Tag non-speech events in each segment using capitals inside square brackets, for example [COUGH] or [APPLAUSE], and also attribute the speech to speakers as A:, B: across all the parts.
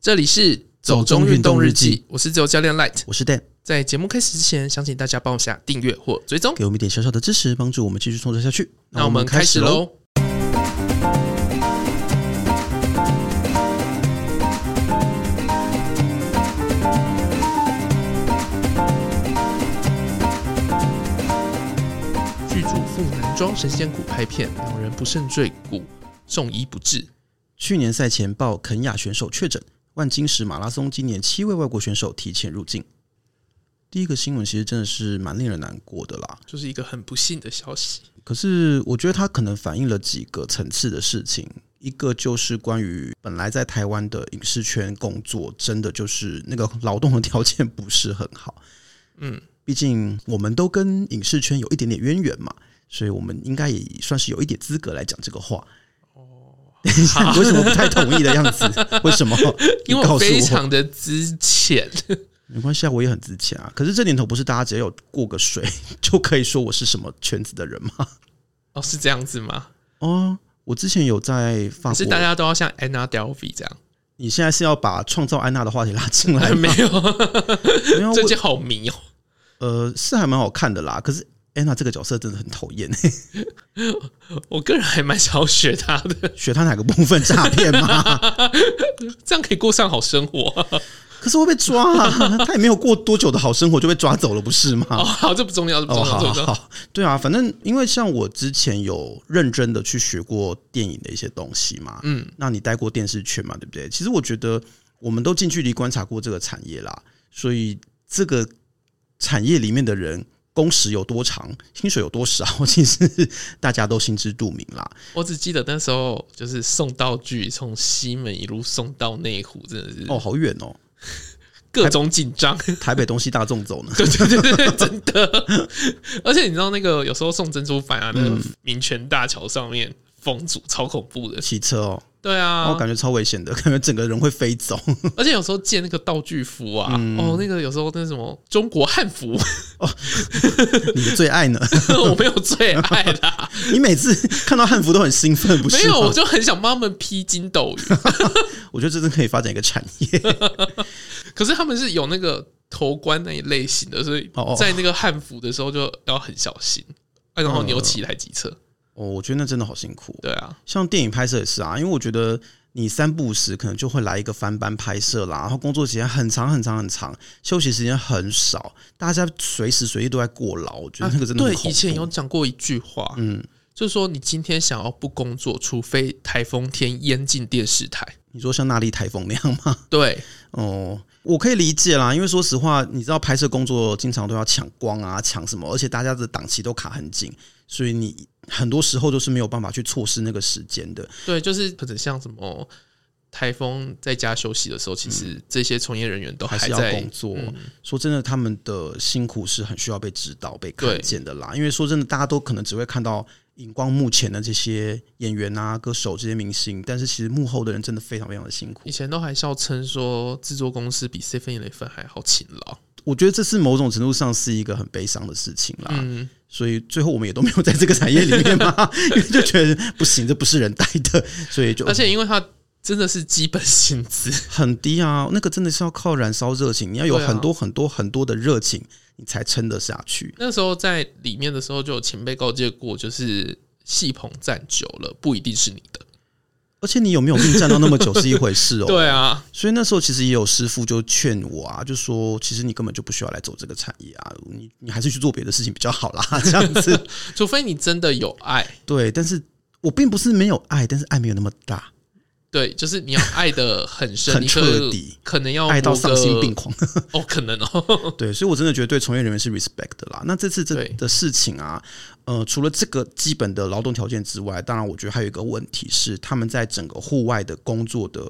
A: 这里是走中运动日记，我是自由教练 Light。
B: 我是 Dan，
A: 在节目开始之前，想请大家帮我下订阅或追踪。
B: 给我们一点小小的支持，帮助我们继续创作下去。
A: 那我们开始
B: 咯。
A: 喽。剧组赴男装神仙谷拍片，两人不慎坠谷，送医不治。
B: 去年赛前报肯亚选手确诊，万金石马拉松今年七位外国选手提前入境。第一个新闻其实真的是蛮令人难过的啦，
A: 就是一个很不幸的消息。
B: 可是我觉得它可能反映了几个层次的事情。一个就是关于本来在台湾的影视圈工作，真的就是那个劳动的条件不是很好。
A: 嗯，
B: 毕竟我们都跟影视圈有一点点渊源嘛，所以我们应该也算是有一点资格来讲这个话。哦， [LAUGHS] 为什么不太同意的样
A: [LAUGHS]
B: 子？为什么？
A: 因为
B: 你告诉
A: 我
B: 我
A: 非常的之前，
B: 没关系啊，我也很值钱啊。可是这年头不是大家只要有过个水 [LAUGHS] 就可以说我是什么圈子的人吗？
A: 哦，是这样子吗？
B: 哦，我之前有在法
A: 可
B: 国，
A: 是大家都要像 Anna Delvey 这样？
B: 你现在是要把创造安娜的话题拉进来
A: 哎， [LAUGHS] 没
B: 吗？ [LAUGHS]
A: 有，[LAUGHS]
B: 没有，
A: 最
B: 我
A: 近好迷哦。
B: 呃，是还蛮好看的啦。可是安娜这个角色真的很讨厌、欸
A: 我个人还蛮想要学他的，[LAUGHS]
B: [LAUGHS] 学她哪个部分诈骗吗？ [LAUGHS]
A: 这样可以过上好生活。
B: 可是会被抓啊，她也没有过多久的好生活就被抓走了，不是吗？
A: 哦，好，这不重 [LAUGHS] 要，这不
B: 哦，
A: 重要，
B: 好
A: 这不
B: 好
A: 重要。
B: 好，对啊，反正因为像我之前有认真的去学过电影的一些东西嘛，
A: 嗯，
B: 那你待过电视圈嘛，对不对？其实我觉得我们都近距离观察过这个产业啦，所以这个产业里面的人工时有多长，薪水有多少，其实大家都心知肚明啦。
A: 我只记得那时候就是送道具，从西门一路送到内湖，真的是
B: 哦，好远哦，
A: 各种紧张。，
B: [LAUGHS] 台北东西大众走呢
A: [LAUGHS] 对对对对，真的。 [LAUGHS] 而且你知道那个有时候送珍珠板啊，那个民权大桥上面风阻超恐怖的。
B: 骑车嗯哦，
A: 对啊，
B: 我感觉超危险的， [LAUGHS] 感觉整个人会飞走。 [LAUGHS]
A: 而且有时候借那个道具服啊，
B: 嗯
A: 哦，那个有时候那什么中国汉服，
B: 你的最爱呢？ [LAUGHS]
A: [LAUGHS] 我没有最爱啦，
B: 你每次看到汉服都很兴奋， [LAUGHS] 不是
A: 没
B: 吗？
A: 有，我就很想帮他们披金斗云， [LAUGHS]
B: 我觉得这真的可以发展一个产业。 [LAUGHS]
A: 可是他们是有那个头冠那一类型的，所以
B: 哦哦
A: 在那个汉服的时候就要很小心。啊然后你又骑一台机车，
B: 哦，我觉得那真的好辛苦。
A: 对啊，
B: 像电影拍摄也是啊，因为我觉得你三不五时可能就会来一个翻班拍摄啦，然后工作时间很长很长很长，休息时间很少，大家随时随地都在过劳，我觉得那个真的
A: 啊
B: 很、
A: 对以前有，讲过一句话，
B: 嗯，
A: 就是说你今天想要不工作，除非台风天淹进电视台。
B: 你说像那莉台风那样吗？ [LAUGHS]
A: 对，
B: 哦，我可以理解啦，因为说实话，你知道拍摄工作经常都要抢光啊，抢什么，而且大家的档期都卡很紧，所以你很多时候都是没有办法去错失那个时间的。
A: 对，就是可能像什么台风在家休息的时候，其实这些从业人员都
B: 还是要
A: 在
B: 工作
A: 嗯
B: 说真的，他们的辛苦是很需要被指导、被看见的啦。因为说真的，大家都可能只会看到荧光幕前的这些演员啊、歌手这些明星，但是其实幕后的人真的非常非常的辛苦
A: 以。前都还笑称说制作公司比 Seven Eleven 还好勤劳。
B: 我觉得这是某种程度上是一个很悲伤的事情啦。
A: 嗯，
B: [LAUGHS] 所以最后我们也都没有在这个产业里面嘛， [LAUGHS] 因为就觉得不行，这不是人待的，所以就
A: 而且因为它真的是基本薪资， [LAUGHS]
B: 很低啊。那个真的是要靠燃烧热情，你要有
A: 对啊
B: 很多很多很多的热情，你才撑得下去。
A: 那时候在里面的时候就有前辈告诫过，就是戏棚站久了不一定是你的。
B: 而且你有没有命站到那么久是一回事
A: [LAUGHS]
B: 哦。
A: 对啊，
B: 所以那时候其实也有师傅就劝我啊，就说其实你根本就不需要来走这个产业啊，你你还是去做别的事情比较好啦， [LAUGHS] 这样子。
A: 除非你真的有爱，
B: 对，但是我并不是没有爱，但是爱没有那么大，
A: 对，就是你要爱的很深，
B: 很
A: 你可
B: 彻底
A: 可能要
B: 爱到
A: 磨个
B: 丧心病狂。 [LAUGHS]
A: 哦，可能哦，
B: 对，所以我真的觉得对从业人员是 respect 的啦。那这次这
A: 对
B: 的事情啊，呃，除了这个基本的劳动条件之外，当然我觉得还有一个问题是，他们在整个户外的工作的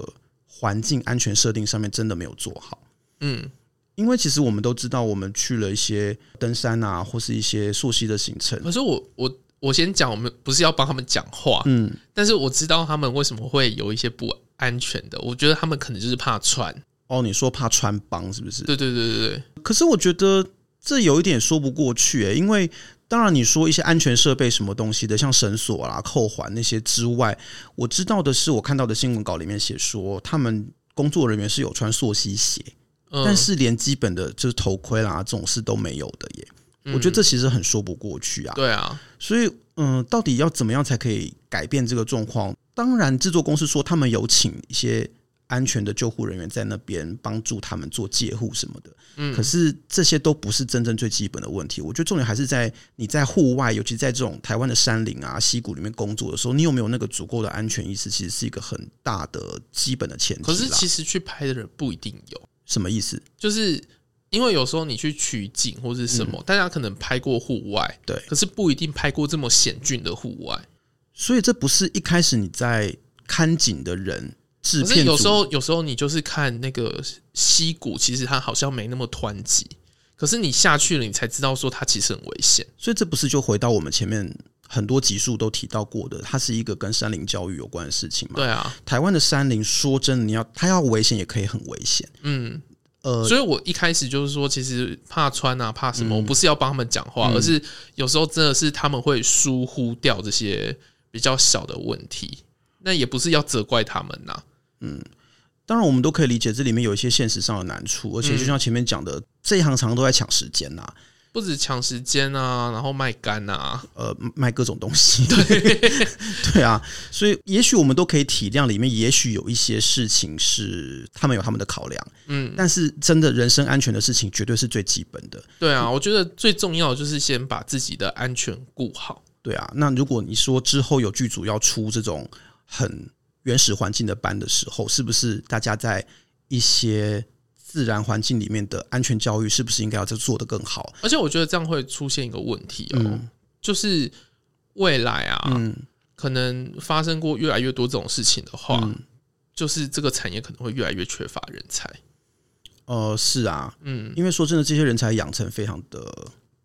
B: 环境安全设定上面真的没有做好。
A: 嗯，
B: 因为其实我们都知道，我们去了一些登山啊，或是一些溯溪的行程，
A: 可是我我我先讲，我们不是要帮他们讲话，
B: 嗯，
A: 但是我知道他们为什么会有一些不安全的，我觉得他们可能就是怕穿。
B: 哦，你说怕穿帮是不是？
A: 对对对对对，
B: 可是我觉得这有一点说不过去、欸，因为当然你说一些安全设备什么东西的，像绳啊索啦、扣环那些之外，我知道的是，我看到的新闻稿里面写说，他们工作人员是有穿溯溪鞋，
A: 嗯
B: 但是连基本的就是头盔啦这种事都没有的耶。
A: 嗯
B: 我觉得这其实很说不过去啊。
A: 对啊，
B: 所以，嗯、到底要怎么样才可以改变这个状况？当然，制作公司说他们有请一些安全的救护人员在那边帮助他们做戒护什么的。
A: 嗯
B: 可是这些都不是真正最基本的问题。我觉得重点还是在你在户外，尤其在这种台湾的山林啊、溪谷里面工作的时候，你有没有那个足够的安全意识，其实是一个很大的基本的前提啦。
A: 可是其实去拍的人不一定有，
B: 什么意思？
A: 就是因为有时候你去取景或是什么，
B: 嗯
A: 大家可能拍过户外，
B: 对
A: 可是不一定拍过这么险峻的户外。
B: 所以这不是一开始你在看景的人制
A: 可是
B: 片
A: 有时
B: 组
A: 候，有时候你就是看那个溪谷，其实它好像没那么湍急，可是你下去了，你才知道说它其实很危险。
B: 所以这不是就回到我们前面很多集数都提到过的，它是一个跟山林教育有关的事情嘛。
A: 对啊，
B: 台湾的山林，说真的，你要它要危险也可以很危险。
A: 嗯，
B: 呃，嗯
A: 所以我一开始就是说，其实怕穿啊，怕什么，我不是要帮他们讲话，而是有时候真的是他们会疏忽掉这些比较小的问题。那也不是要责怪他们呐、啊
B: 当然我们都可以理解这里面有一些现实上的难处，而且就像前面讲的，这一行常常都在抢时间呐、
A: 不止抢时间啊，然后卖干啊，
B: 呃，卖各种东西。对，对啊，所以也许我们都可以体谅里面，也许有一些事情是他们有他们的考量，
A: [LAUGHS] 嗯，
B: 但是真的人身安全的事情绝对是最基本的。
A: 对啊，我觉得最重要的就是先把自己的安全顾好。
B: 对啊，那如果你说之后有剧组要出这种很原始环境的班的时候，是不是大家在一些自然环境里面的安全教育，是不是应该要再做得更好？
A: 而且我觉得这样会出现一个问题哦，
B: 嗯
A: 就是未来啊，
B: 嗯，
A: 可能发生过越来越多这种事情的话，
B: 嗯
A: 就是这个产业可能会越来越缺乏人才。
B: 呃，是啊，
A: 嗯
B: 因为说真的，这些人才养成非常的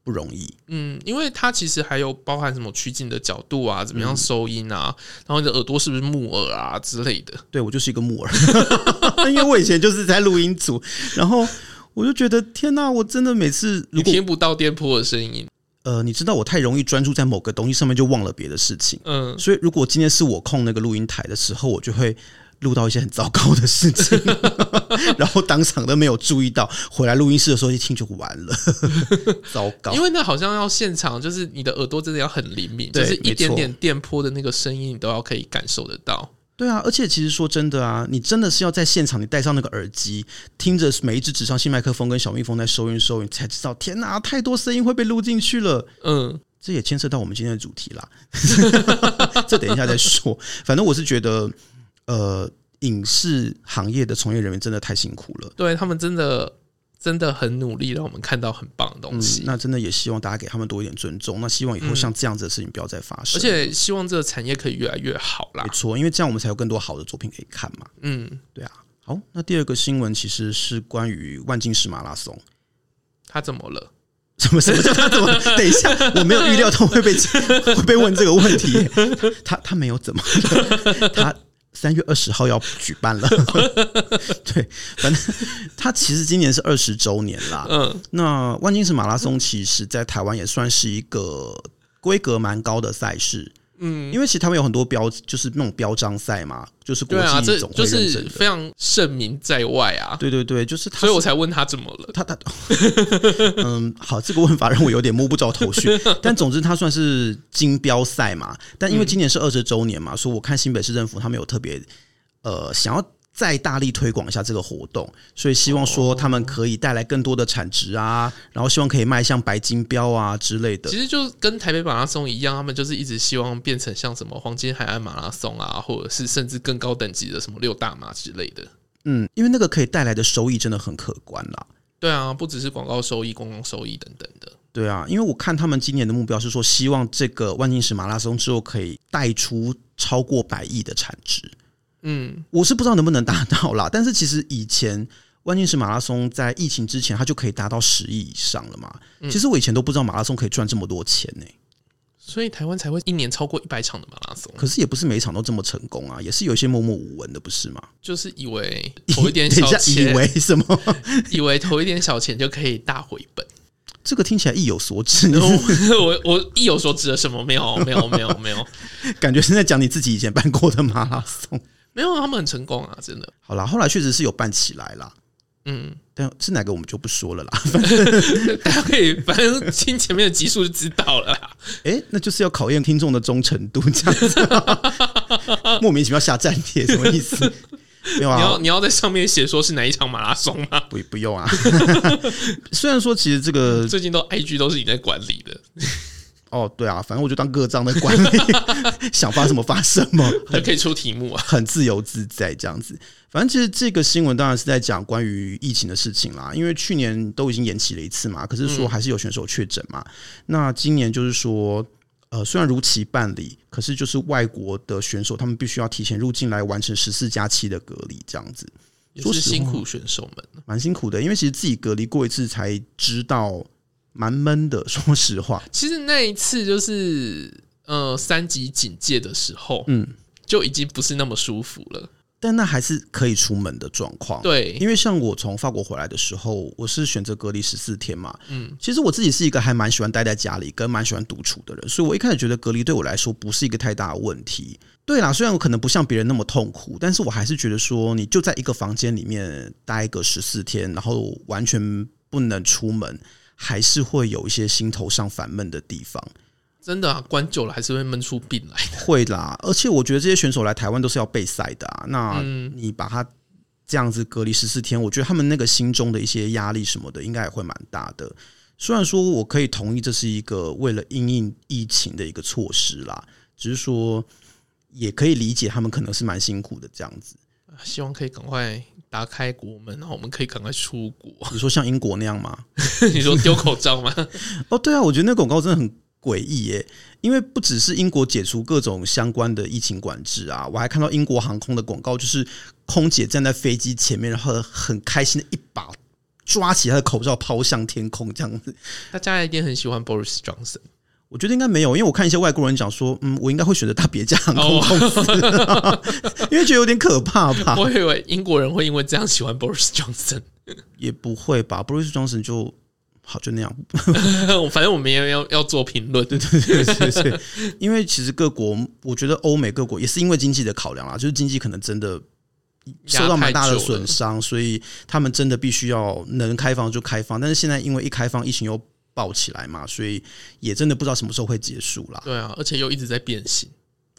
B: 不容易。
A: 嗯，因为它其实还有包含什么取景的角度啊，怎么样收音啊，
B: 嗯
A: 然后你的耳朵是不是木耳啊之类的。
B: 对我就是一个木耳， [LAUGHS] 因为我以前就是在录音组，然后我就觉得天哪、我真的每次
A: 你
B: 如果
A: 听不到颠簸的声音，
B: 呃，你知道我太容易专注在某个东西上面，就忘了别的事情。
A: 嗯，
B: 所以如果今天是我控那个录音台的时候，我就会录到一些很糟糕的事情， [LAUGHS] 然后当场都没有注意到，回来录音室的时候一听就完了， [LAUGHS] 糟糕
A: 因。为那好像要现场，就是你的耳朵真的要很灵敏，就
B: 对
A: 是一点
B: 没错
A: 点电波的那个声音，你都要可以感受得到。
B: 对啊，而且其实说真的啊，你真的是要在现场，你戴上那个耳机，听着每一只指向性麦克风跟小蜜蜂在收音收音，你才知道，天哪，太多声音会被录进去了。
A: 嗯，
B: 这也牵涉到我们今天的主题
A: [LAUGHS]
B: 啦， [LAUGHS] 这等一下再说。反正我是觉得，呃，影视行业的从业人员真的太辛苦了。
A: 对他们真的真的很努力，让我们看到很棒的东
B: 嗯
A: 西。，嗯
B: 那真的也希望大家给他们多一点尊重。那希望以后像这样子的事情不要再发
A: 而，
B: 生。
A: 且希望这个产业可以越来越好啦
B: 没。错，因为这样我们才有更多好的作品可以看嘛。
A: 嗯，
B: 对啊。好，那第二个新闻其实是关于万金石马拉松。
A: 他怎么了？
B: 什么什么叫他怎么？等一下，我没有预料到会被 [LAUGHS] 会被问这个问题耶。他他没有怎么 [LAUGHS] 了，他三月二十号要举办了。 [LAUGHS] 对，反正他其实今年是二十周年啦。
A: 嗯，
B: 那万金石马拉松其实在台湾也算是一个规格蛮高的赛事。嗯，因为其实台湾有很多标，就是那种标章赛嘛，就是国
A: 对啊，
B: 际
A: 这
B: 总会
A: 就
B: 认
A: 是
B: 证的。
A: 非常盛名在外啊，
B: 对对对，就是它
A: 所以我才问他怎么了。
B: 他他，嗯，好，这个问法让我有点摸不着头绪。但总之，它算是金标赛嘛。但因为今年是二十周年嘛，所以我看新北市政府他们有特别呃想要。再大力推广一下这个活动，所以希望说他们可以带来更多的产值啊，然后希望可以卖像白金标啊之类的
A: 其。实就跟台北马拉松一样，他们就是一直希望变成像什么黄金海岸马拉松啊，或者是甚至更高等级的什么六大马之类的。
B: 嗯，因为那个可以带来的收益真的很可观啦。
A: 对啊，不只是广告收益、观光收益等等的。
B: 对啊，因为我看他们今年的目标是说，希望这个万金石马拉松之后可以带出超过百亿的产值。
A: 嗯，
B: 我是不知道能不能达到啦， [LAUGHS] 但是其实以前万金石马拉松在疫情之前，它就可以达到十亿以上了嘛。
A: 嗯
B: 其实我以前都不知道马拉松可以赚这么多钱呢、
A: 所以台湾才会一年超过一百场的马拉松。
B: 可是也不是每一场都这么成功啊，也是有一些默默无闻的，不是吗？
A: 就是以为投一点
B: [LAUGHS] 等
A: 小
B: 一下，
A: 钱，
B: 以为什么？ [LAUGHS]
A: 以为投一点小钱就可以大回本。 [LAUGHS]
B: 这个听起来意有所指，你
A: 然
B: [LAUGHS]
A: 后我我我意有所指的什么？没有，没有，没有，没有，
B: 感觉是在讲你自己以前办过的马拉松。 [LAUGHS]
A: 没有，他们很成功啊，真的。
B: 好啦，后来确实是有办起来啦，
A: 嗯，
B: 但是哪个我们就不说了啦。 [LAUGHS]
A: 大家可以反正听前面的集数就知道了啦。
B: 哎、那就是要考验听众的忠诚度，这样子、 [LAUGHS] 莫名其妙下站帖什么意思？没
A: 你要
B: 有啊，
A: 你要在上面写说是哪一场马拉松吗？
B: 不不用啊。 [LAUGHS] 虽然说其实这个
A: 最近都 IG 都是你在管理的，
B: 哦，对啊，反正我就当各章的管 [LAUGHS] 理，想发什么发什么，
A: 你就可以出题目啊。
B: 很自由自在这样子。反正其实这个新闻当然是在讲关于疫情的事情啦，因为去年都已经延期了一次嘛，可是说还是有选手确诊嘛。那今年就是说，呃，虽然如期办理，可是就是外国的选手他们必须要提前入境来完成十四加七的隔离，这样子
A: 也
B: 说
A: 是
B: 实话
A: 辛苦选手们，
B: 蛮辛苦的。因为其实自己隔离过一次才知道蛮闷的，说实话，
A: 其实那一次就是呃三级警戒的时候，
B: 嗯，
A: 就已经不是那么舒服了。
B: 但那还是可以出门的状况。
A: 对，
B: 因为像我从法国回来的时候，我是选择隔离十四天嘛。
A: 嗯
B: 嗯，其实我自己是一个还蛮喜欢待在家里，跟蛮喜欢独处的人，所以我一开始觉得隔离对我来说不是一个太大的问题。对啦，虽然我可能不像别人那么痛苦，但是我还是觉得说，你就在一个房间里面待个十四天，然后完全不能出门，还是会有一些心头上烦闷的地方。
A: 真的啊，关久了还是会闷出病来 [LAUGHS] 的。
B: 会啦，而且我觉得这些选手来台湾都是要备赛的啊。那你把他这样子隔离十四天，我觉得他们那个心中的一些压力什么的，应该也会蛮大的。虽然说我可以同意这是一个为了应应疫情的一个措施啦，只是说也可以理解他们可能是蛮辛苦的这样子。
A: 希望可以赶快打开国门，然后我们可以赶快出国。 [LAUGHS]
B: 你说像英国那样吗？
A: 你说丢口罩吗？ [LAUGHS]
B: 哦，对啊，我觉得那广告真的很诡异耶，因为不只是英国解除各种相关的疫情管制啊，我还看到英国航空的广告，就是空姐站在飞机前面，然后很开心的一把抓起她的口罩抛向天空这样子。
A: 大家一定很喜欢 Boris Johnson。
B: 我觉得应该没有，因为我看一些外国人讲说，嗯，我应该会选择搭别家航空公司， [LAUGHS] 因为觉得有点可怕吧。
A: 我以为英国人会因为这样喜欢 Boris Johnson。 [LAUGHS]
B: 也不会吧，Boris Johnson 就好就那样，
A: 反正我们也要要做评论，
B: 对对对对，因为其实各国，我觉得欧美各国也是因为经济的考量啦，就是经济可能真的 [LAUGHS] 受到蛮大的损伤，所以他们真的必须要能开放就开放。但是现在因为一开放，疫情又爆起来嘛，所以也真的不知道什么时候会结束啦。
A: 对啊，而且又一直在变形。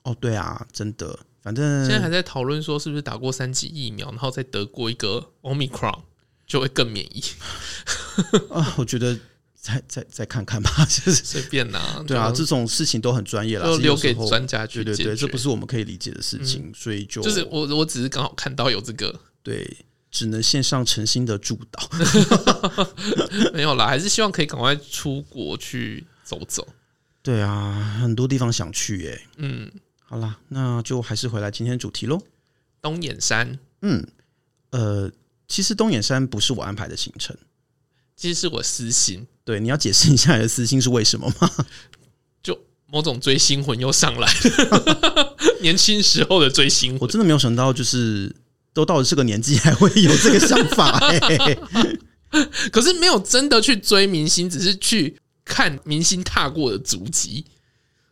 B: 哦，对啊，真的，反
A: 现在还
B: 正
A: 在讨论说是不是打过三剂疫苗，然后再得过一个 Omicron 就会更免疫，
B: 啊，我觉得再再再看看吧，就是
A: 随便啦。
B: 对啊，
A: 就
B: 这种事情都很专业啦，
A: 就留
B: 其实
A: 给
B: 有时候
A: 专家去
B: 对
A: 解决。
B: 对对，这不是我们可以理解的事情，所以嗯就
A: 就是我我只是刚好看到有这个， [LAUGHS]
B: 对，只能线上诚心的祝祷。
A: 没有啦，还是希望可以赶快出国去走走。
B: 对啊，很多地方想去耶。
A: 嗯，
B: 好啦，那就还是回来今天主题喽。
A: 东眼山
B: 嗯，呃，其实东眼山不是我安排的行程。
A: 其实是我私心，
B: 对，你要解释一下你的私心是为什么吗？
A: 就某种追星魂又上来了， [LAUGHS] 年轻时候的追星
B: 我
A: 魂。
B: 真的没有想到，就是都到了这个年纪还会有这个想法、嘿。
A: 可是没有真的去追明星，只是去看明星踏过的足迹。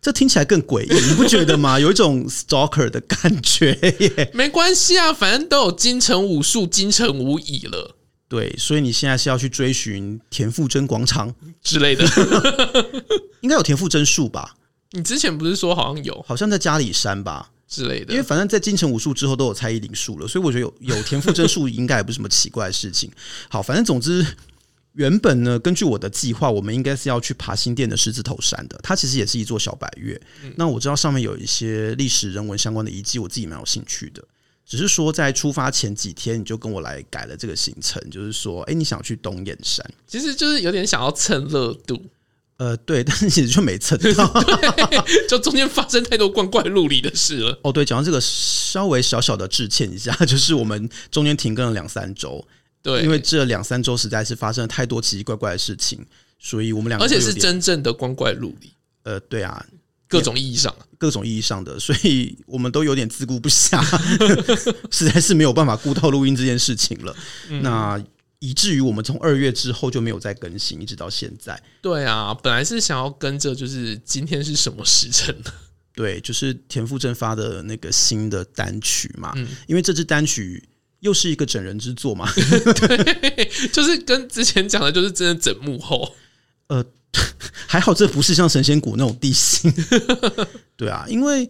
B: 这听起来更诡异，你不觉得吗？有一种 stalker 的感觉耶。
A: 没关系啊，反正都有金城武术、金城武乙了
B: 对，所以你现在是要去追寻田馥甄广场，
A: 之类的。 [LAUGHS]
B: 应该有田馥甄树吧？
A: 你之前不是说好像有
B: 好像在嘉里山吧？
A: 之类
B: 因为
A: 的？
B: 反正在金城武术之后都有蔡依林术了，所以我觉得有有田馥甄术应该也不是什么奇怪的事情。好，反正总之，原本呢，根据我的计划，我们应该是要去爬新店的狮子头山的，它其实也是一座小百岳。那我知道上面有一些历史人文相关的遗迹，我自己蛮有兴趣的。只是说，在出发前几天，你就跟我来改了这个行程，就是说，哎、你想去东眼山，
A: 其实就是有点想要蹭热度， [LAUGHS]
B: 呃，对， [LAUGHS] 但是其实就没蹭到。
A: 就中间发生太多光怪陆离的事了。
B: 哦，对，讲到这个，稍微小小的致歉一下， [LAUGHS] 就是我们中间停更了两三周，
A: 对，
B: 因为这两三周实在是发生了太多奇奇怪怪的事情，所以我们两个
A: 而且
B: 都有
A: 是
B: 点
A: 真正的光怪陆离，
B: 呃，对啊，
A: 各种意义上啊。
B: 各种意义上的，所以我们都有点自顾不暇， [LAUGHS] 实在是没有办法顾到录音这件事情了。
A: 嗯
B: 那以至于我们从二月之后就没有再更新，一直到现在。
A: 对啊，本来是想要跟着，就是今天是什么时辰呢？ [LAUGHS]
B: 对，就是田馥甄发的那个新的单曲嘛，
A: 嗯
B: 因为这支单曲又是一个整人之作嘛，
A: 就是跟之前讲的，就是真的整幕后，
B: 还好这不是像神仙谷那种地形。 [LAUGHS] 对啊，因为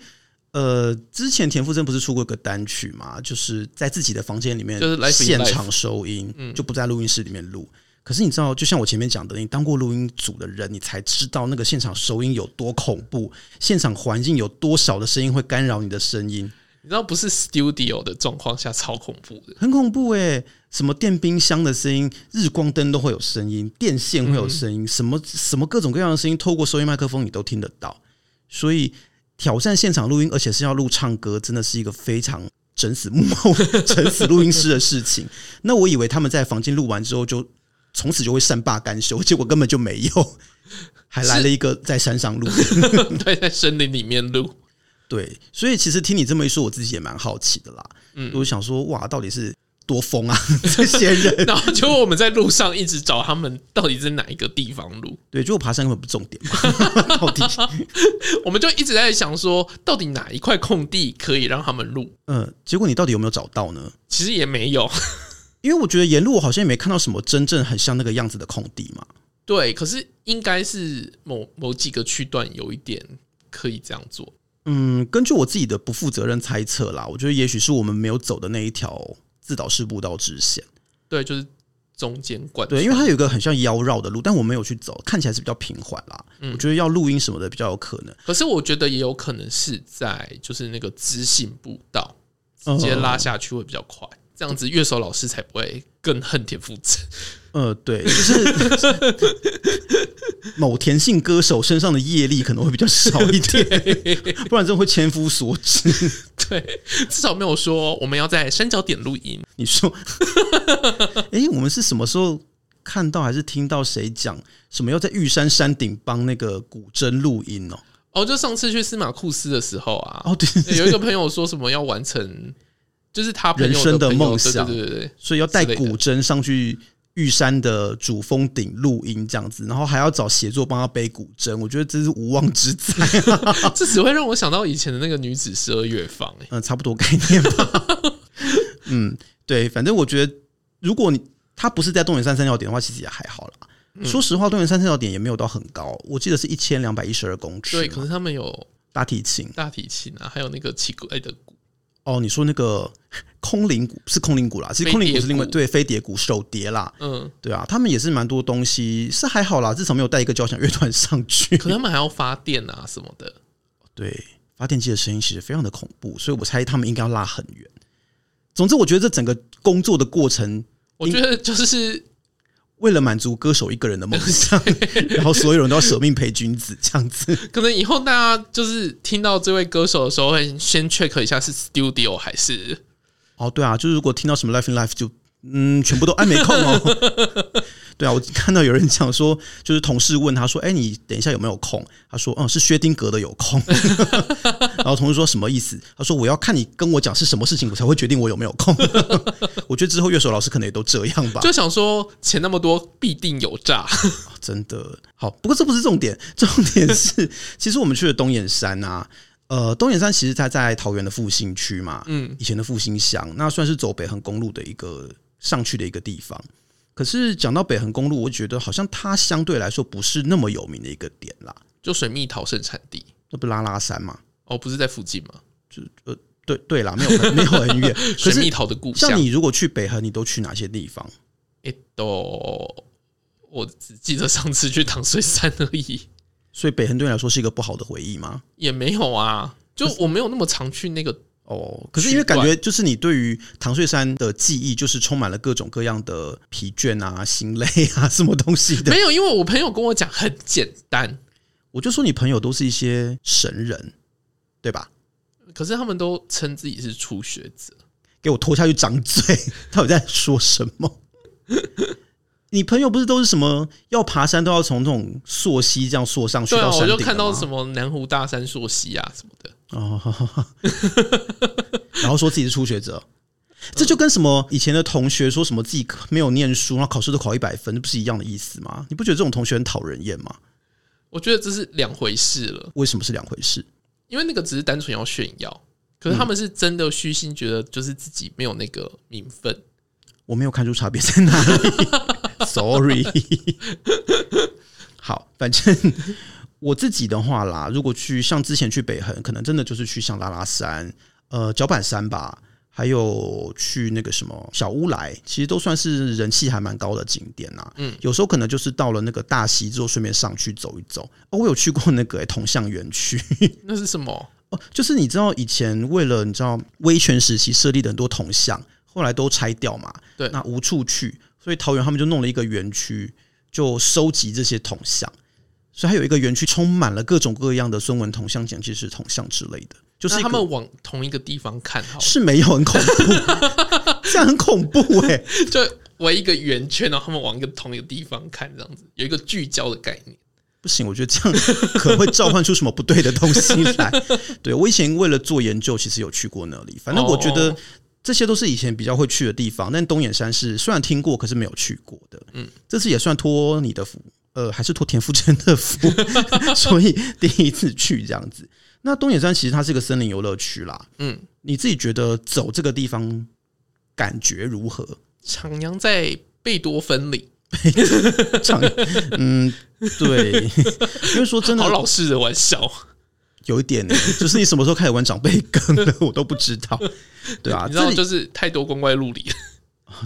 B: 呃，之前田馥甄不是出过一个单曲嘛，就是在自己的房间里面，
A: 就是 live in
B: 现场收音，
A: 嗯
B: 就不在录音室里面录。可是你知道，就像我前面讲的，你当过录音组的人，你才知道那个现场收音有多恐怖，现场环境有多少的声音会干扰你的声音。
A: 你知道不是 studio 的状况下超恐怖的， [LAUGHS]
B: 很恐怖哎、什么电冰箱的声音、日光灯都会有声音，电线会有声音，什么什么各种各样的声音，透过收音麦克风你都听得到。所以挑战现场录音，而且是要录唱歌，真的是一个非常整死幕后、整死录音师的事情。 [LAUGHS] 那我以为他们在房间录完之后就从此就会善罢甘休，结果根本就没有，还来了一个在山上录的。
A: 对，在森林里面录，
B: [LAUGHS] 对，所以其实听你这么一说，我自己也蛮好奇的啦。嗯，我就想说，哇，到底是多疯啊， [LAUGHS] 这些人。
A: 然后结果我们在路上一直找他们到底在哪一个地方录，
B: 对，就爬山根本不重点嘛， [LAUGHS] 到底，
A: 我们就一直在想说，到底哪一块空地可以让他们录？
B: 嗯，结果你到底有没有找到呢？
A: 其实也没有，
B: 因为我觉得沿路我好像也没看到什么真正很像那个样子的空地嘛。
A: 对，可是应该是某某几个区段有一点可以这样做，
B: 嗯，根据我自己的不负责任猜测啦，我觉得也许是我们没有走的那一条自导式步道支线。
A: 对，就是中间贯穿，
B: 对，因为它有一个很像妖绕的路，但我没有去走，看起来是比较平缓啦。我觉得要录音什么的比较有可能，
A: 可是我觉得也有可能是在就是那个知性步道
B: 嗯
A: 直接拉下去会比较快，这样子乐手老师才不会更恨田馥甄。
B: 呃，对，就是某田姓歌手身上的业力可能会比较少一点，不然真的会千夫所指。
A: 对， [LAUGHS] 至少没有说我们要在山脚点录音。
B: 你说， [LAUGHS] 哎、我们是什么时候看到还是听到谁讲什么要在玉山山顶帮那个古筝录音哦？
A: 哦，就上次去司马库斯的时候啊，
B: 哦， [LAUGHS] 对，
A: 有一个朋友说什么要完成，就是他朋友
B: 人生的
A: 的朋友
B: 梦想
A: 对对对对，
B: 所以要带
A: 之类的
B: 古筝上去玉山的主峰顶录音这样子，然后还要找协作帮他背古筝，我觉得这是无妄
A: [LAUGHS]
B: 之灾、啊。
A: 对这只会让我想到以前的那个女子十二乐坊、欸，
B: 嗯，差不多概念吧。 [LAUGHS] 嗯，对，反正我觉得，如果你它不是在动员山三角点的话，其实也还好啦。
A: 嗯
B: 说实话，动员山三角点也没有到很高，我记得是一千两百一十二公尺嘛。
A: 对，可是他们有
B: 大提琴
A: 大提琴啊，还有那个奇怪的鼓，
B: 哦，你说那个空灵鼓是空灵鼓啦，其实空灵鼓是另外
A: 飞碟鼓
B: 对飞碟鼓手碟啦，
A: 嗯，
B: 对啊，他们也是蛮多东西，是还好啦，至少没有带一个交响乐团上去。 [LAUGHS]
A: 可他们还要发电啊什么的，
B: 对，发电机的声音其实非常的恐怖，所以我猜他们应该要拉很远。总之，我觉得这整个工作的过程
A: 我觉得就是
B: 为了满足歌手一个人的梦
A: [LAUGHS]
B: 想，然后所有人都要舍命陪君子这样子。
A: 可能以后大家就是听到这位歌手的时候，会先 check 一下是 studio 还是
B: 哦，对啊，就是如果听到什么 Life in Life 就嗯，全部都按 [LAUGHS] 没空哦。对啊，我看到有人讲说，就是同事问他说：“哎，你等一下有没有空？”他说：“嗯，是薛丁格的有空。” [LAUGHS] 然后同事说什么意思？他说：“我要看你跟我讲是什么事情，我才会决定我有没有空。” [LAUGHS] 我觉得之后乐手老师可能也都这样吧。
A: 就想说钱那么多必定有诈， [LAUGHS]
B: 真的好，不过这不是重点， [LAUGHS] 重点是 [LAUGHS] 其实我们去了东眼山啊，呃，东眼山其实它在桃园的复兴区嘛，
A: 嗯，
B: 以前的复兴乡，那算是走北横公路的一个上去的一个地方。可是讲到北横公路，我觉得好像它相对来说不是那么有名的一个点啦，
A: 就水蜜桃盛产地
B: 那不拉拉山嘛？
A: 哦，不是在附近吗？
B: 对对啦，没有很没有很远。可
A: [LAUGHS] 水蜜
B: 是
A: 桃的故乡，
B: 像你如果去北横，你都去哪些地方？
A: 诶都，我只记得上次去糖水山而已，
B: 所以北横对你来说是一个不好的回忆吗？
A: 也没有啊，就我没有那么常去那个，
B: 哦，可是因为感觉就是你对于唐穗山的记忆，就是充满了各种各样的疲倦啊、心累啊，什么东西的。
A: 没有，因为我朋友跟我讲很简单，
B: 我就说你朋友都是一些神人，对吧？
A: 可是他们都称自己是初学者，
B: 给我拖下去掌嘴， [LAUGHS] 到底在说什么？你朋友不是都是什么要爬山都要从那种溯溪这样溯上去
A: 对啊，
B: 到
A: 我
B: 山顶
A: 就
B: 的吗？
A: 看到什么南湖大山溯溪啊什么的，
B: [LAUGHS] 哦，然后说自己是初学者，这就跟什么以前的同学说什么自己没有念书，然后考试都考一百分，这不是一样的意思吗？你不觉得这种同学很讨人厌吗？
A: 我觉得这是两回事了。
B: 为什么是两回事？
A: 因为那个只是单纯要炫耀，可是他们是真的虚心觉得就是自己没有那个名分，
B: 我没有看出差别在哪里，sorry。好，反正我自己的话啦，如果去像之前去北横，可能真的就是去像拉拉山、呃脚板山吧，还有去那个什么小乌来，其实都算是人气还蛮高的景点呐、嗯，有时候可能就是到了那个大溪之后，顺便上去走一走。哦，我有去过那个、欸、铜像园区，
A: 那是什么？
B: 哦，就是你知道以前为了你知道威权时期设立的很多铜像，后来都拆掉嘛，
A: 对
B: 那无处去，所以桃园他们就弄了一个园区，就收集这些铜像，所以还有一个园区充满了各种各样的孙文铜像、蒋介石铜像之类的，就是
A: 那
B: 一
A: 他
B: 个
A: 们往同一个地方看
B: [LAUGHS]
A: 好了，
B: 是没有很恐怖，这样很恐怖哎、
A: 就围一个圆圈，然后他们往一个同一个地方看，这样子有一个聚焦的概念。
B: 不行，我觉得这
A: [LAUGHS]
B: 样可能会召唤出什么不对的东西来。对我以前为了做研究，其实有去过那里，反正我觉得
A: 哦
B: 这些都是以前比较会去的地方，但东眼山是虽然听过，可是没有去过的。嗯，这次也算托你的福，呃，还是托田馥甄
A: [LAUGHS]
B: 的福，所以第一次去这样子。那东眼山其实它是个森林游乐区啦，
A: 嗯，
B: 你自己觉得走这个地方感觉如何？
A: [LAUGHS] 徜徉在贝多芬里，
B: 长，嗯，对，因为说真的啊
A: 好，老式的玩笑，
B: 有一点呢、 [LAUGHS] 就是你什么时候开始玩长辈
A: [LAUGHS]
B: 梗的，我都不知道。对啊，
A: 你知
B: 这
A: 道，
B: 里
A: 就是太多光怪陆
B: [LAUGHS]
A: 离了。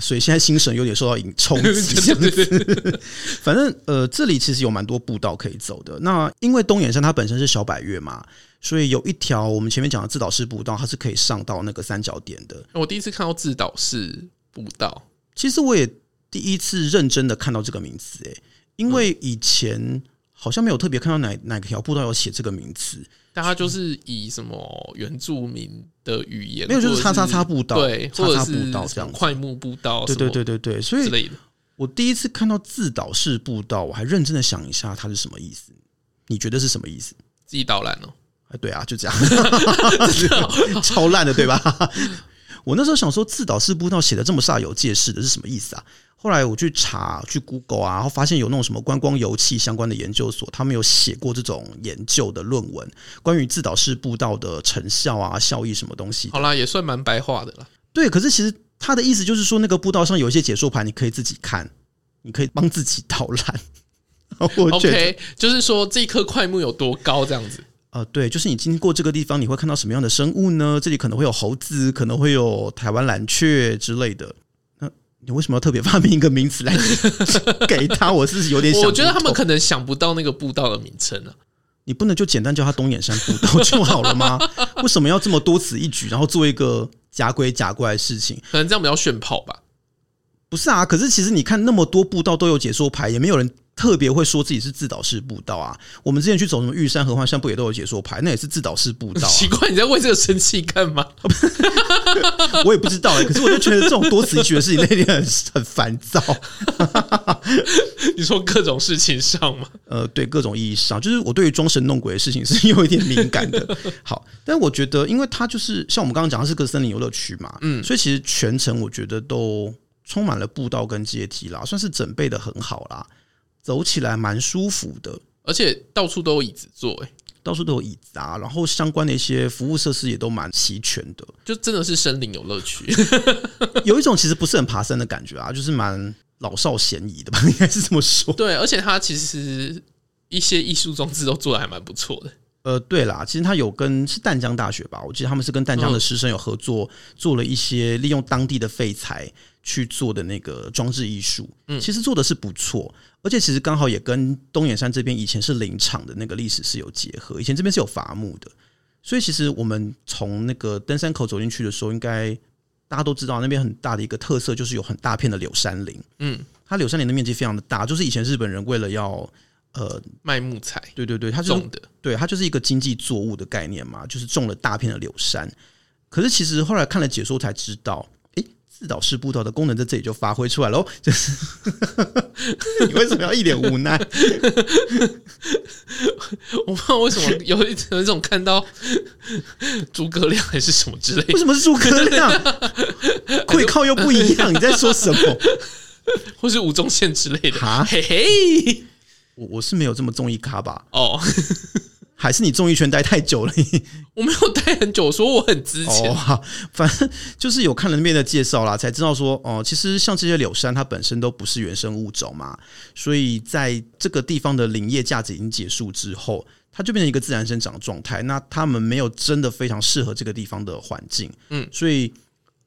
B: 所以现在精神有点受到影冲
A: [LAUGHS]
B: 击。
A: 对
B: 这样子
A: 对对对，
B: [LAUGHS] 反正呃，这里其实有蛮多步道可以走的。那因为东眼山它本身是小百越嘛，所以有一条我们前面讲的自导式步道，它是可以上到那个三角点的。
A: 我第一次看到自导式步道，
B: 其实我也第一次认真的看到这个名字，诶，因为以前好像没有特别看到哪哪条步道有写这个名字。
A: 大家就是以什么原住民的语言，
B: 没有就是
A: 或者
B: 叉叉叉步道
A: 对，
B: 叉叉
A: 或者是
B: 步道这样子
A: 快木步道，
B: 对对对对对，所以
A: 之类的。
B: 我第一次看到自导式步道，我还认真的想一下它是什么意思。你觉得是什么意思？
A: 自己导览哦，
B: 啊对啊，就这样， [LAUGHS] 超烂的，对吧？我那时候想说，自导式步道写的这么煞有介事的是什么意思啊？后来我去查去 Google 啊，然后发现有那种什么观光油气相关的研究所，他们有写过这种研究的论文，关于自导式步道的成效啊、效益什么东西的
A: 好啦，也算蛮白话的啦。
B: 对，可是其实他的意思就是说，那个步道上有一些解说牌，你可以自己看，你可以帮自己导览。 [LAUGHS] 我觉得
A: OK，就是说这棵快木有多高这样子。
B: 呃，对，就是你经过这个地方，你会看到什么样的生物呢？这里可能会有猴子，可能会有台湾蓝雀之类的。那你为什么要特别发明一个名词来 [LAUGHS] 给他？我是有点想不
A: 我
B: 透，
A: 觉得他们可能想不到那个步道的名称啊。
B: 你不能就简单叫它东眼山步道就好了吗？为什么要这么多此一举，然后做一个假规假怪的事情？
A: 可能这样比较炫跑吧。
B: 不是啊，可是其实你看那么多步道都有解说牌，也没有人特别会说自己是自导式步道啊。我们之前去走什么玉山、合欢山，不也都有解说牌？那也是自导式步道、
A: 奇怪，你在为这个生气干嘛？ [LAUGHS]
B: 啊。我也不知道哎、可是我就觉得这种多此一举的事情，那点很很烦躁。
A: 你说各种事情上吗？
B: 呃，对各种意义上，就是我对于装神弄鬼的事情是有一点敏感 [LAUGHS] 的。好，但我觉得，因为它就是像我们刚刚讲，它是个森林游乐区嘛，嗯，所以其实全程我觉得都充满了步道跟阶梯啦，算是准备的很好啦，走起来蛮舒服的。
A: 而且到处都有椅子坐、欸，
B: 到处都有椅子啊，然后相关的一些服务设施也都蛮齐全的。
A: 就真的是森林游乐区。
B: 有一种其实不是很爬山的感觉啊，就是蛮老少咸宜的吧， [LAUGHS] 应该是这么说。
A: 对，而且它其实一些艺术装置都做的还蛮不错的。
B: 呃，对啦，其实他有跟是淡江大学吧，我记得他们是跟淡江
A: 嗯
B: 的师生有合作，做了一些利用当地的废材去做的那个装置艺术，
A: 嗯
B: 其实做的是不错，而且其实刚好也跟东眼山这边以前是林场的那个历史是有结合，以前这边是有伐木的，所以其实我们从那个登山口走进去的时候，应该大家都知道那边很大的一个特色就是有很大片的柳杉林，
A: 嗯，
B: 它柳杉林的面积非常的大，就是以前日本人为了要呃，
A: 卖木材
B: 对对对，它就是
A: 种的，
B: 对，它就是一个经济作物的概念嘛，就是种了大片的柳杉。可是其实后来看了解说才知道，诶，自导式步道的功能在这里就发挥出来喽。就是 [LAUGHS] 你为什么要一脸无奈？
A: 我不知道为什
B: [LAUGHS]
A: 么有一有一种看到诸葛亮还是什么之类
B: 为
A: 的，
B: 什么是诸葛亮？跪靠又不一样，你在说什么？ [LAUGHS]
A: 或是吴宗宪之类的。
B: 哈
A: 嘿嘿，
B: 我我是没有这么综艺咖吧？
A: 哦，
B: 还是你综艺圈待太久了？你
A: 我没有待很久，我说我很之前
B: 哦，好 [LAUGHS] 反正就是有看了那边的介绍啦，才知道说哦、其实像这些柳杉它本身都不是原生物种嘛，所以在这个地方的林业价值已经结束之后，它就变成一个自然生长的状态。那它们没有真的非常适合这个地方的环境，
A: 嗯，
B: 所以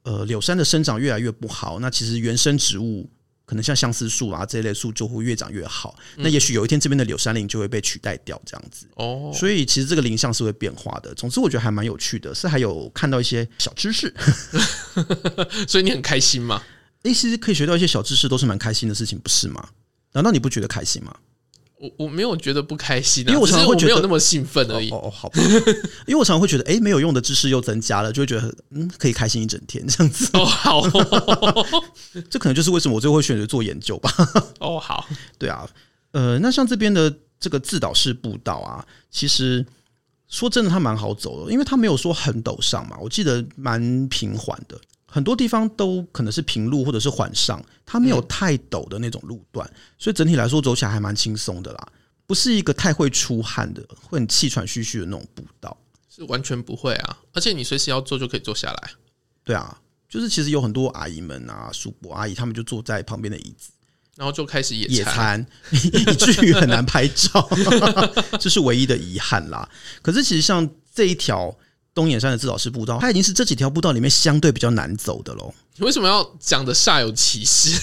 B: 呃，柳杉的生长越来越不好。那其实原生植物。可能像相思树啊这一类树就会越长越好，
A: 嗯
B: 那也许有一天这边的柳杉林就会被取代掉，这样子。
A: 哦，
B: 所以其实这个林相是会变化的。总之，我觉得还蛮有趣的，是还有看到一些小知识。 [LAUGHS]
A: 哦所以你很开心嘛？
B: 诶，其实可以学到一些小知识，都是蛮开心的事情，不是吗？难道你不觉得开心吗？
A: 我我没有觉得不开心、啊，
B: 因为我
A: 只
B: 常
A: 是
B: 常会
A: 我
B: 觉
A: 没有
B: 得
A: 那么兴奋而已。
B: 哦哦，好吧。 [LAUGHS] 因为我常常会觉得，诶，没有用的知识又增加了，就会觉得嗯，可以开心一整天这样子。
A: 哦，好哦，
B: 这可能就是为什么我最后会选择做研究吧。
A: 哦，好，
B: 对啊，呃，那像这边的这个自导式步道啊，其实说真的，它蛮好走的，因为它没有说很陡上嘛，我记得蛮平缓的，很多地方都可能是平路或者是缓上，它没有太陡的那种路段，所以整体来说走起来还蛮轻松的啦，不是一个太会出汗的、会很气喘吁吁的那种步道。
A: 是完全不会啊，而且你随时要坐就可以坐下来。
B: 对啊，就是其实有很多阿姨们啊、叔伯阿姨，她们就坐在旁边的椅子。
A: 然后就开始野
B: 野餐， [LAUGHS] 以至于很难拍照， [LAUGHS] 这是唯一的遗憾啦。可是其实像这一条东眼山的自导式步道，它已经是这几条步道里面相对比较难走的喽。
A: 你为什么要讲的煞有其事？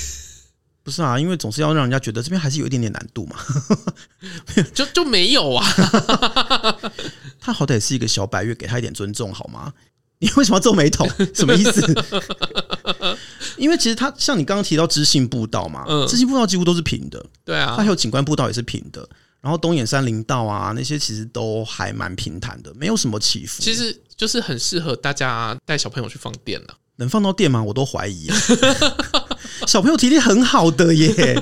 B: 不是啊，因为总是要让人家觉得这边还是有一点点难度嘛。
A: 就就没有啊？ [LAUGHS]
B: 他好歹也是一个小白月，给他一点尊重好吗？你为什么要皱眉头？什么意思？ [LAUGHS] 因为其实它像你刚刚提到知性步道嘛，
A: 嗯
B: 知性步道几乎都是平的，
A: 对
B: 它
A: 啊
B: 还，有景观步道也是平的，然后东眼山林道啊那些其实都还蛮平坦的，没有什么起伏。
A: 其实就是很适合大家带小朋友去放电啊了、
B: 能放到电吗？我都怀疑 [LAUGHS] 耶。小朋友体力很好的耶，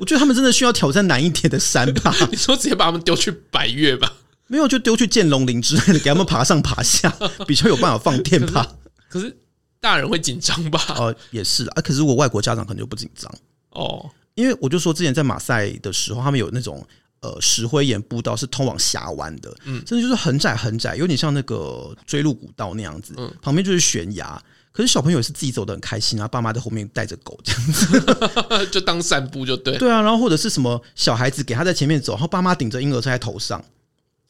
B: 我觉得他们真的需要挑战难一点的山吧。
A: [LAUGHS] 你说直接把他们丢去百越吧？ [LAUGHS]
B: 没有就丢去剑龙林之类的，给他们爬上爬下， [LAUGHS] 比较有办法放电吧。
A: 可是大人会紧张吧？
B: 哦、也是啦啊。可是我外国家长可能就不紧张，
A: [LAUGHS] 哦，
B: 因为我就说之前在马赛的时候，他们有那种呃石灰岩步道是通往峡湾的，嗯，真的就是很窄很窄，有点像那个追鹿古道那样子，
A: 嗯
B: 旁边就是悬崖。可是小朋友也是自己走的很开心啊，爸妈在后面带着狗这样子。
A: 哦 [LAUGHS] 就当散步就对。
B: 对啊，然后或者是什么小孩子给他在前面走，然后爸妈顶着婴儿车在头上，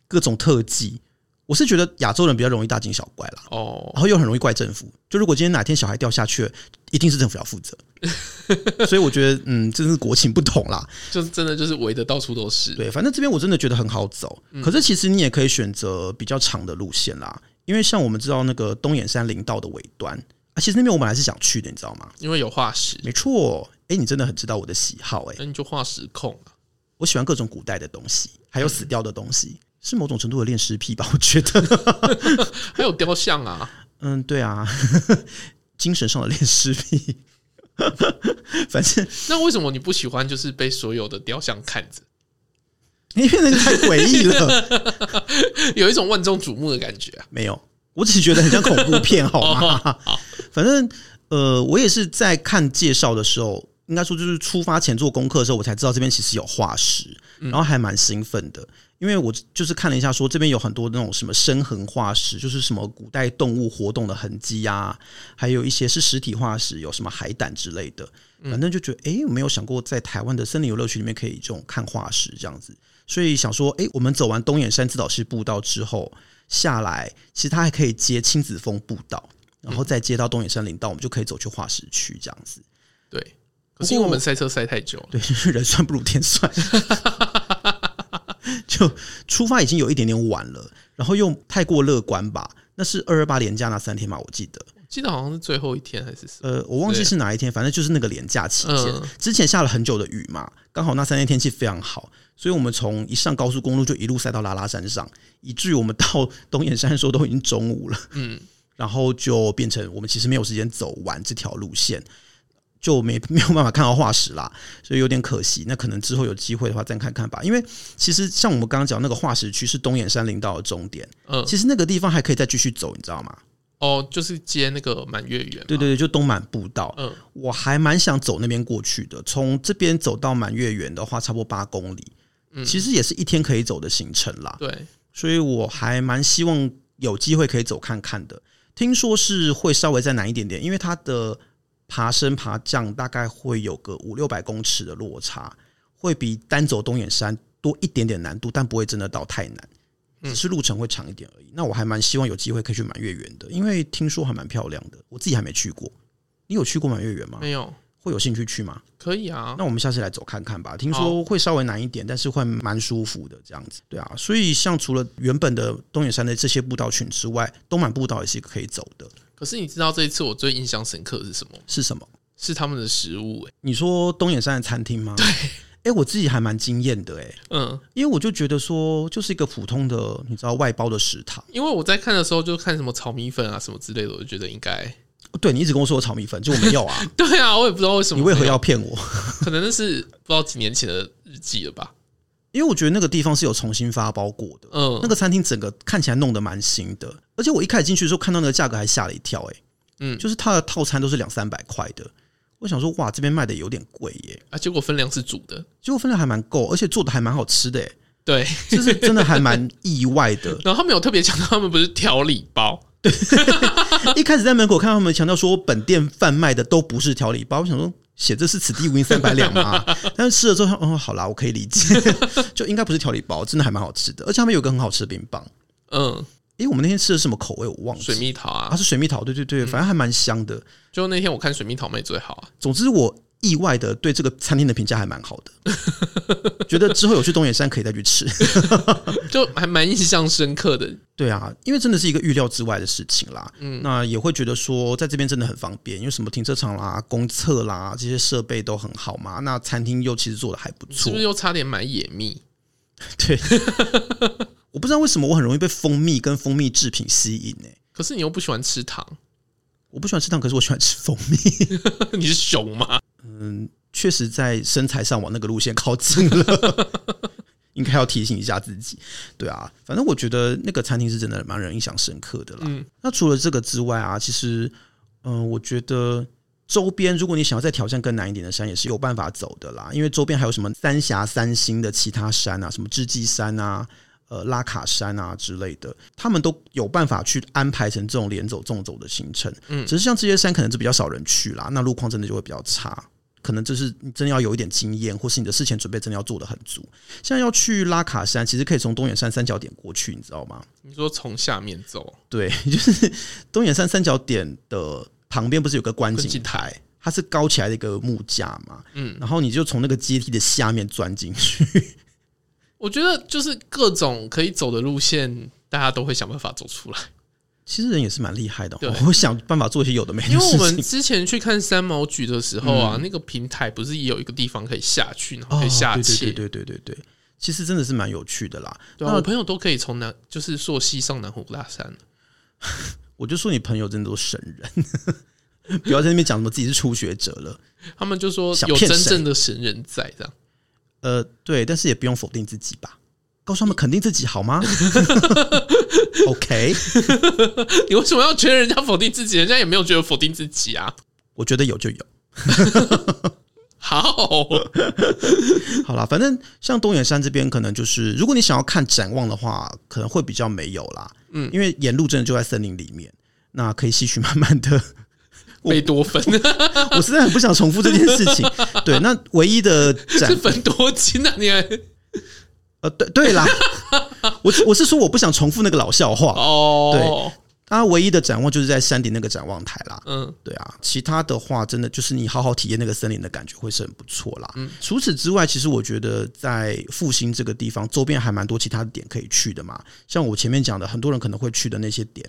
B: 各种特技。我是觉得亚洲人比较容易大惊小怪啦，
A: 哦，
B: 然后又很容易怪政府。就如果今天哪天小孩掉下去了，一定是政府要负责。所以我觉得，嗯，真是国情不同啦。
A: 就真的就是围的到处都是。
B: 对，反正这边我真的觉得很好走。可是其实你也可以选择比较长的路线啦，因为像我们知道那个东眼山林道的尾端啊，其实那边我本来是想去的，你知道吗？
A: 因为有化石，
B: 没错，哎，你真的很知道我的喜好哎、诶
A: 那你就化石控啊。
B: 我喜欢各种古代的东西，还有死掉的东西，是某种程度的恋尸癖吧？我觉得， [LAUGHS]
A: 还有雕像啊， [LAUGHS]
B: 嗯，对啊， [LAUGHS] 精神上的恋尸癖。 [LAUGHS] 反正 [LAUGHS]
A: 那为什么你不喜欢就是被所有的雕像看着， [LAUGHS]
B: 你变得太诡异了，
A: 有一种万众瞩目的感觉啊？
B: 没有，我只是觉得很像恐怖片，好吗？ [LAUGHS] 反正呃，我也是在看介绍的时候，应该说就是出发前做功课的时候，我才知道这边其实有化石，然后还蛮兴奋的，因为我就是看了一下说这边有很多那种什么深痕化石，就是什么古代动物活动的痕迹呀、还有一些是实体化石，有什么海胆之类的，反正就觉得诶，我没有想过在台湾的森林游乐区里面可以这种看化石这样子。所以想说，诶，我们走完东眼山自导式步道之后下来，其实它还可以接亲子峰步道，然后再接到东野山林道，我们就可以走去化石区这样子。
A: 对，可是因为我们塞车塞太久了，
B: 对，人算不如天算。 [LAUGHS] 就出发已经有一点点晚了，然后又太过乐观吧？那是二二八连假那三天嘛，我记得。
A: 记得好像是最后一天还是什么？
B: 呃，我忘记
A: 对
B: 是哪一天，反正就是那个连假期间，
A: 嗯
B: 之前下了很久的雨嘛，刚好那三天天气非常好，所以我们从一上高速公路就一路塞到拉拉山上，以至于我们到东眼山的时候都已经中午了，
A: [LAUGHS] 嗯，
B: 然后就变成我们其实没有时间走完这条路线，就没没有办法看到化石啦，所以有点可惜。那可能之后有机会的话再看看吧，因为其实像我们刚刚讲那个化石区是东眼山林道的终点，
A: 嗯
B: 其实那个地方还可以再继续走，你知道吗？
A: 哦，就是接那个满月圆嘛，
B: 对对对，就东满步道，
A: 嗯
B: 我还蛮想走那边过去的。从这边走到满月园的话，差不多八公里，其实也是一天可以走的行程啦。
A: 对，
B: 所以我还蛮希望有机会可以走看看的。听说是会稍微再难一点点，因为它的爬升爬降大概会有个五六百公尺的落差，会比单走东眼山多一点点难度，但不会真的到太难，只是路程会长一点而已。那我还蛮希望有机会可以去满月园的，因为听说还蛮漂亮的，我自己还没去过。你有去过满月园吗？
A: 没有，
B: 会有兴趣去吗？
A: 可以啊。
B: 那我们下次来走看看吧。听说会稍微难一点，但是会蛮舒服的这样子。对啊，所以像除了原本的东野山的这些步道群之外，东满步道也是可以走的。
A: 可是你知道这一次我最印象深刻的是什么吗？
B: 是什么？
A: 是他们的食物、欸，
B: 你说东野山的餐厅吗？ [LAUGHS] 对。哎、我自己还蛮惊艳的哎、
A: 嗯，
B: 因为我就觉得说，就是一个普通的，你知道外包的食堂。
A: 因为我在看的时候就看什么炒米粉啊什么之类的，我就觉得应该，，
B: 哦对你一直跟我说我炒米粉，就我没有啊
A: 对啊，我也不知道为什么
B: [LAUGHS] 你
A: 没有，
B: 为何要骗我？
A: 可能那是不知道几年前的日记了吧？
B: 因为我觉得那个地方是有重新发包过的，
A: 嗯
B: 那，个餐厅整个看起来弄得蛮新的，而且我一开始进去的时候看到那个价格还吓了一跳、欸，
A: 嗯
B: 就是它的套餐都是两三百块的，我想说哇，这边卖的有点贵耶、
A: 啊，结果分量是煮的，
B: 结果分量还蛮够，而且做的还蛮好吃的、欸，
A: 对。。
B: 就是真的还蛮意外的
A: [LAUGHS] 然后他们有特别强调，他们不是调理包，
B: 一开始在门口看到他们强调说本店贩卖的都不是调理包，我想说。写这是此地无银三百
A: [LAUGHS]
B: 两吗？但是吃了之后，哦，好啦，我可以理解，就应该不是调理包，真的还蛮好吃的，而且他们有个很好吃的冰棒。
A: 嗯，
B: 诶、我们那天吃的是什么口味？我忘记
A: 水
B: 了。
A: 蜜桃
B: 啊，
A: 啊，
B: 是水蜜桃，对对对，反正还蛮香的。
A: 就那天我看水蜜桃妹最好啊，
B: 总之，我意外的对这个餐厅的评价还蛮好的， [LAUGHS] 觉得之后有去东野山可以再去吃。 [LAUGHS]
A: 就还蛮印象深刻的。
B: 对啊，因为真的是一个预料之外的事情啦。嗯，那也会觉得说，在这边真的很方便，因为什么停车场啦、公厕啦这些设备都很好嘛。那餐厅又其实做的还不
A: 是
B: 错
A: 不是，又差点买野蜜？
B: [LAUGHS] 对。我不知道为什么我很容易被蜂蜜跟蜂蜜制品吸引呢、
A: 可是你又不喜欢吃糖， [LAUGHS]
B: 我不喜欢吃糖，可是我喜欢吃蜂蜜。
A: 你是熊吗？
B: 嗯确实在身材上往那个路线靠近了，应该要提醒一下自己。对啊，反正我觉得那个餐厅是真的蛮让人印象深刻的啦。
A: 嗯
B: 那除了这个之外啊，其实嗯、呃我觉得。周边，如果你想要再挑战更难一点的山，也是有办法走的啦。因为周边还有什么三峡三星的其他山啊，什么智积山啊、呃拉卡山啊之类的，他们都有办法去安排成这种连走纵走的行程。嗯，只是像这些山可能是比较少人去啦，那路况真的就会比较差。可能就是你真的要有一点经验，或是你的事前准备真的要做的很足。像要去拉卡山，其实可以从东眼山三角点过去，你知道吗？
A: 你说从下面走，
B: 对， [LAUGHS] 就是东眼山三角点的旁边不是有个观
A: 观
B: 景
A: 景
B: 台？它是高起来的一个木架嘛，嗯，然后你就从那个阶梯的下面钻进去。 [LAUGHS]
A: 我觉得就是各种可以走的路线，大家都会想办法走出来。
B: 其实人也是蛮厉害的、
A: 对
B: 哦，我会想办法做一些有的没
A: 因
B: 的
A: 为
B: 事
A: 我们
B: 情。 [LAUGHS]
A: 之前去看三毛举的时候啊，那个平台不是也有一个地方可以下去，然后可以下
B: 嗯哦对
A: 切。
B: 对对对对对对，其实真的是蛮有趣的啦。
A: 对啊我朋友都可以从南，就是溯溪上南湖大山。
B: 我就说你朋友真的都神人， [LAUGHS] 不要在那边讲什么自己是初学者了。
A: 他们就说
B: 想
A: 有
B: 骗
A: 真
B: 谁
A: 正的神人在这样。 [LAUGHS]
B: 呃，对，但是也不用否定自己吧，告诉他们肯定自己好吗？OK， [LAUGHS]
A: 你为什么要觉得人家否定自己？人啊家也没有觉得否定自己啊。
B: 我觉得有就有。
A: 好，
B: 好啦，反正像东眼山这边，可能就是如果你想要看展望的话，可能会比较没有啦。嗯，因为沿路真的就在森林里面，那可以吸取满满的。
A: 贝多
B: [LAUGHS]
A: 芬
B: 我实在很不想重复这件事情。对，那唯一的展
A: 是粉多金啊！你还
B: 呃，对对啦，我我是说我不想重复那个老笑话。
A: 哦，
B: 它唯一的展望就是在山顶那个展望台啦。
A: 嗯，
B: 对啊，其他的话真的就是你好好体验那个森林的感觉会是很不错啦。除此之外，其实我觉得在复兴这个地方周边还蛮多其他的点可以去的嘛，像我前面讲的，很多人可能会去的那些点。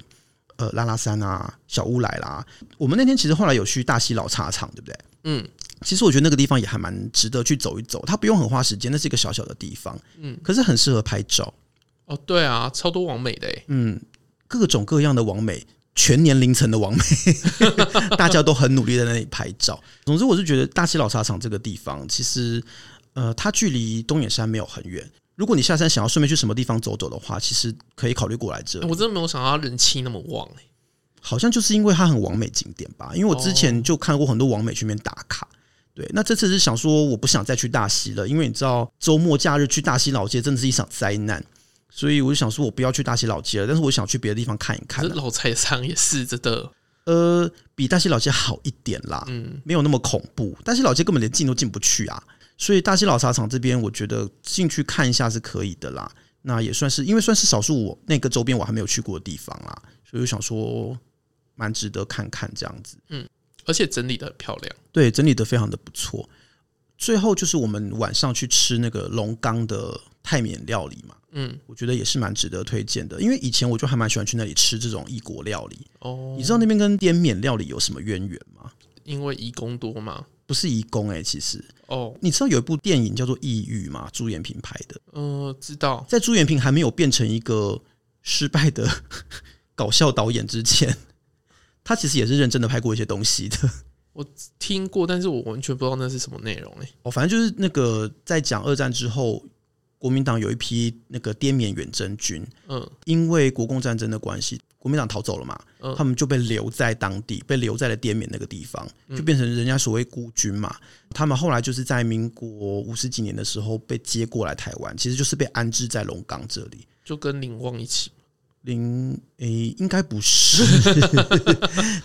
B: 呃，拉拉山啊，小乌来啦，我们那天其实后来有去大溪老茶厂，对不对？
A: 嗯，
B: 其实我觉得那个地方也还蛮值得去走一走，它不用很花时间，那是一个小小的地方，嗯，可是很适合拍照，
A: 哦，对啊，超多完美的欸
B: 嗯，各种各样的网美，全年龄层的网美， [LAUGHS] 大家都很努力在那里拍照。总之，我是觉得大溪老茶厂这个地方，其实呃，它距离东野山没有很远。如果你下山想要顺便去什么地方走走的话，其实可以考虑过来这里。
A: 我真的没有想到他人气那么旺欸
B: 好像就是因为它很完美景点吧，因为我之前就看过很多完美去那边打卡。对，那这次是想说我不想再去大溪了，因为你知道周末假日去大溪老街真的是一场灾难，所以我就想说，我不要去大溪老街了，但是我想去别的地方看一看
A: 这
B: 啊、
A: 老菜场也是真的，
B: 呃，比大溪老街好一点啦，
A: 嗯，
B: 没有那么恐怖。大溪老街根本连进都进不去啊，所以大溪老茶厂这边，我觉得进去看一下是可以的啦。那也算是因为算是少数我那个周边我还没有去过的地方啦，所以我想说蛮值得看看这样子。
A: 而且整理的很漂亮。
B: 对，整理的非常的不错。最后就是我们晚上去吃那个龙岗的泰缅料理嘛，
A: 嗯，
B: 我觉得也是蛮值得推荐的，因为以前我就还蛮喜欢去那里吃这种异国料理。
A: 哦
B: 你，知道那边跟滇缅料理有什么渊源吗？
A: 因为移工多嘛。
B: 不是移工哎、其实
A: 哦，
B: 你知道有一部电影叫做《异域》吗？朱延平拍的，
A: 嗯、知道。
B: 在朱延平还没有变成一个失败的 [LAUGHS] 搞笑导演之前，他其实也是认真的拍过一些东西的。 [LAUGHS]
A: 听过，但是我完全不知道那是什么内容欸诶、
B: 哦，反正就是那个在讲二战之后，国民党有一批那个滇缅远征军，
A: 嗯
B: 因为国共战争的关系，国民党逃走了嘛，
A: 嗯
B: 他们就被留在当地，被留在了滇缅那个地方，就变成人家所谓孤军嘛。他们后来就是在民国五十几年的时候被接过来台湾，其实就是被安置在龙岗这里。
A: 就跟林旺一起。
B: 零诶、应该不是，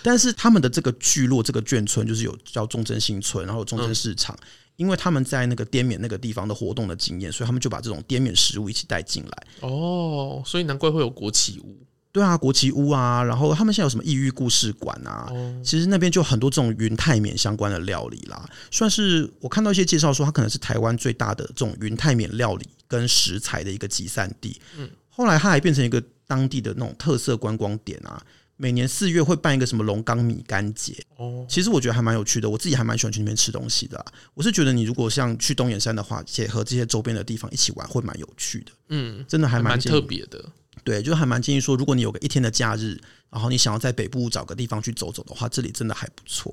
B: 但是他们的这个聚落、这个眷村，就是有叫忠贞新村，然后有忠贞市场，因为他们在那个滇缅那个地方的活动的经验，所以他们就把这种滇缅食物一起带进来。
A: 哦，所以难怪会有国旗屋。
B: 对啊，国旗屋啊，然后他们现在有什么异域故事馆啊？
A: 哦，
B: 其实那边就很多这种云泰缅相关的料理啦，算是我看到一些介绍说，它可能是台湾最大的这种云泰缅料理跟食材的一个集散地。嗯，后来它还变成一个当地的那种特色观光点啊。每年四月会办一个什么龙岗米干节，
A: 哦，
B: 其实我觉得还蛮有趣的，我自己还蛮喜欢去那边吃东西的啦、啊我是觉得你如果像去东眼山的话，结合这些周边的地方一起玩，会蛮有趣的，
A: 嗯，
B: 真的还
A: 还
B: 蛮
A: 蛮
B: 建
A: 特
B: 议
A: 别的。
B: 对，就还蛮建议说，如果你有个一天的假日，然后你想要在北部找个地方去走走的话，这里真的还不错。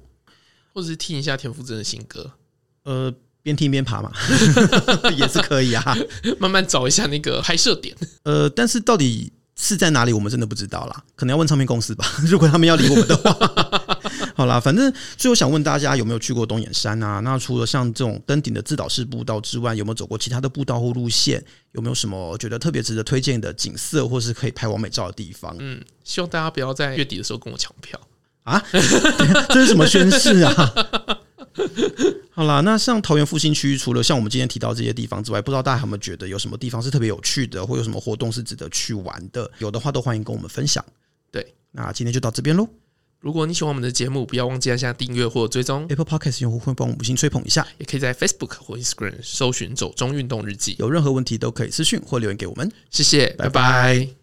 A: 或者是听一下田馥甄的新歌，
B: 呃，边听边爬嘛， [LAUGHS] 也是可以啊。
A: 慢慢找一下那个拍摄点。
B: 呃，但是到底是在哪里，我们真的不知道啦，可能要问唱片公司吧。如果他们要理我们的话， [LAUGHS] 好啦，反正最后想问大家有没有去过东眼山啊？那除了像这种登顶的自导式步道之外，有没有走过其他的步道或路线？有没有什么觉得特别值得推荐的景色，或是可以拍完美照的地方？
A: 嗯，希望大家不要在月底的时候跟我抢票。
B: [LAUGHS] 这是什么宣誓啊？ [LAUGHS] 好啦，那像桃园复兴区，除了像我们今天提到这些地方之外，不知道大家有没有觉得有什么地方是特别有趣的，或有什么活动是值得去玩的？有的话都欢迎跟我们分享。
A: 对，
B: 那今天就到这边喽。
A: 如果你喜欢我们的节目，不要忘记按下订阅或追踪，
B: Apple Podcast 用户会帮我们五星吹捧一下，
A: 也可以在 Facebook 或 Instagram 搜寻“走中运动日记
B: 有任何问题都可以私讯或留言给我们。”。
A: 谢谢，
B: 拜拜
A: 拜拜